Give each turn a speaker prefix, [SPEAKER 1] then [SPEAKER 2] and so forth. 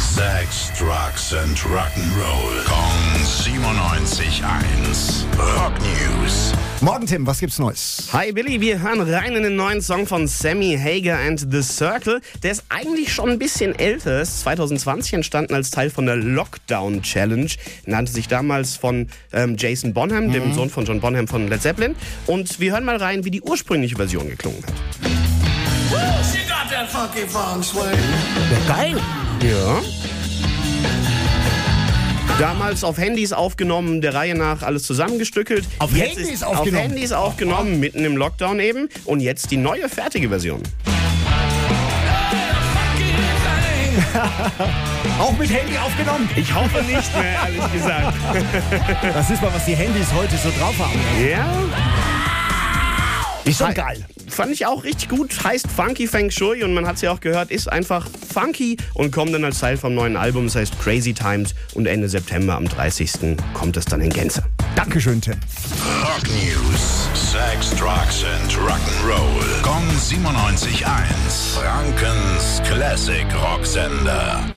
[SPEAKER 1] Sex, Drugs and Rock'n'Roll. Kong 97.1. Rock News.
[SPEAKER 2] Morgen, Tim, was gibt's Neues?
[SPEAKER 3] Hi Billy, wir hören rein in den neuen Song von Sammy Hager and The Circle. Der ist eigentlich schon ein bisschen älter, ist 2020 entstanden als Teil von der Lockdown Challenge. Nannte sich damals von ähm, Jason Bonham, dem Sohn von John Bonham von Led Zeppelin. Und wir hören mal rein, wie die ursprüngliche Version geklungen hat.
[SPEAKER 4] She got that funky funk swing.
[SPEAKER 2] Geil.
[SPEAKER 3] Ja. Damals auf Handys aufgenommen, der Reihe nach alles zusammengestückelt.
[SPEAKER 2] Auf
[SPEAKER 3] Jetzt
[SPEAKER 2] Handys
[SPEAKER 3] ist-
[SPEAKER 2] aufgenommen?
[SPEAKER 3] Auf Handys aufgenommen, mitten im Lockdown eben. Und jetzt die neue fertige Version.
[SPEAKER 2] Auch mit Handy aufgenommen.
[SPEAKER 3] Ich hoffe nicht mehr, ehrlich gesagt.
[SPEAKER 2] Das ist mal, was die Handys heute so drauf haben.
[SPEAKER 3] Ja,
[SPEAKER 2] Ist schon geil.
[SPEAKER 3] Fand ich auch richtig gut. Heißt Funky Feng Shui und man hat es ja auch gehört, ist einfach funky und kommt dann als Teil vom neuen Album. Das heißt Crazy Times und Ende September am 30. kommt es dann in Gänze.
[SPEAKER 2] Dankeschön, Tim.
[SPEAKER 1] Rock News. Sex, Drugs and Rock'n'Roll. Kong 97.1. Frankens Classic Rocksender.